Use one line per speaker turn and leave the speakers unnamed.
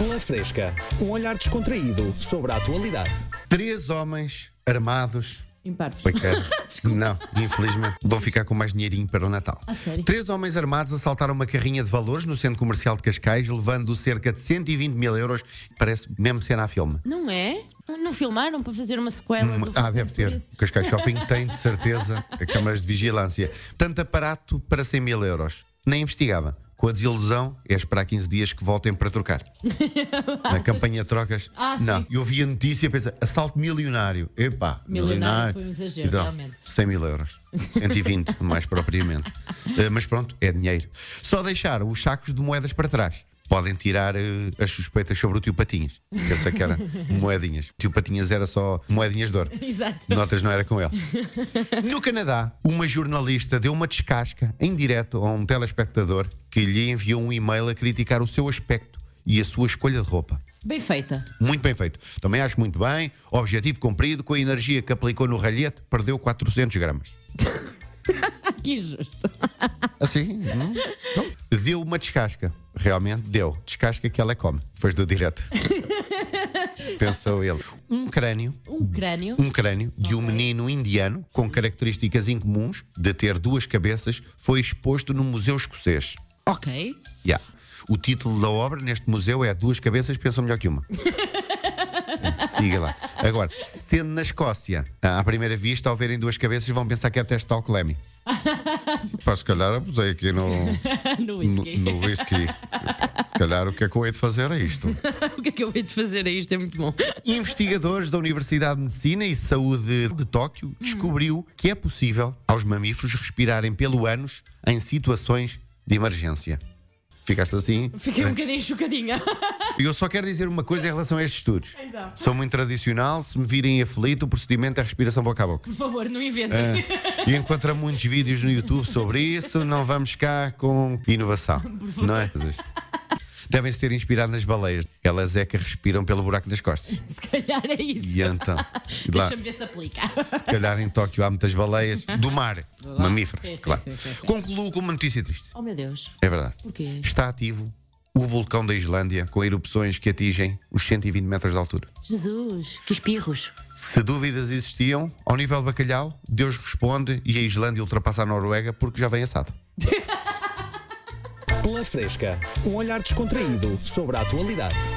Bola Fresca, um olhar descontraído sobre a atualidade.
Três homens armados.
Impares.
Oi, cara. Não, infelizmente. Vão ficar com mais dinheirinho para o Natal.
A sério?
Três homens armados assaltaram uma carrinha de valores no centro comercial de Cascais, levando cerca de 120 mil euros. Parece mesmo cena a filme.
Não é? Não- Não filmaram para fazer uma sequela? do
Ah, deve ter.
Isso.
O Cascais Shopping tem, de certeza, câmaras de vigilância. Tanto aparato para 100 mil euros. Nem investigava. Com a desilusão, é esperar 15 dias que voltem para trocar. Na campanha de trocas.
Ah,
não,
sim.
eu vi a notícia e pensei, assalto milionário. Epá, milionário.
Milionário foi um exagero,
Então,
realmente.
100 mil euros. 120, mais propriamente. Eh, mas pronto, é dinheiro. Só deixaram os sacos de moedas para trás. Podem tirar eh, as suspeitas sobre o tio Patinhas. que Eu sei que era moedinhas. O tio Patinhas era só moedinhas de ouro.
Exato.
Notas não era com ele. No Canadá, uma jornalista deu uma descasca em direto a um telespectador que lhe enviou um e-mail a criticar o seu aspecto e a sua escolha de roupa.
Bem feita.
Muito bem feito. Também acho muito bem. Objetivo cumprido com a energia que aplicou no ralhete, perdeu 400 gramas.
Que injusto.
Assim? hum? Então, deu uma descasca. Realmente deu. Descasca que ela come. Depois do direto. Pensou ele. Um crânio
Um crânio.
Um crânio de um menino indiano com características incomuns de ter duas cabeças foi exposto no Museu Escocês.
Ok.
Yeah. O título da obra neste museu é Duas Cabeças Pensam Melhor que Uma. Siga lá. Agora, sendo na Escócia, à primeira vista, ao verem duas cabeças, vão pensar que é teste de alcoolemia. Pá, se calhar abusei aqui no,
no
no,
whisky.
no whisky. Se calhar o que é que eu hei de fazer é isto.
o que é que eu hei de fazer a isto? É muito bom.
Investigadores da Universidade de Medicina e Saúde de Tóquio descobriu que é possível aos mamíferos respirarem pelo ânus em situações de emergência. Ficaste assim?
Fiquei um bocadinho chocadinha.
Eu só quero dizer uma coisa em relação a estes estudos.
Então.
Sou muito tradicional, se me virem aflito, o procedimento é respiração boca a boca.
Por favor, não
É.
inventem.
E encontram muitos vídeos no YouTube sobre isso, não vamos cá com inovação. Não é? Devem-se ter inspirado nas baleias. Elas é que respiram pelo buraco das costas.
Se calhar é isso.
E então. e lá-
Deixa-me ver se aplica.
se calhar em Tóquio há muitas baleias do mar, mamíferos,
Sim, sim,
claro.
sim, sim, sim.
Concluo com uma notícia triste.
Oh meu Deus.
É verdade.
Porquê?
Está ativo o vulcão da Islândia com erupções que atingem os 120 metros de altura.
Jesus, que espirros.
Se dúvidas existiam, ao nível de bacalhau, Deus responde e a Islândia ultrapassa a Noruega porque já vem assado.
Bola Fresca, um olhar descontraído sobre a atualidade.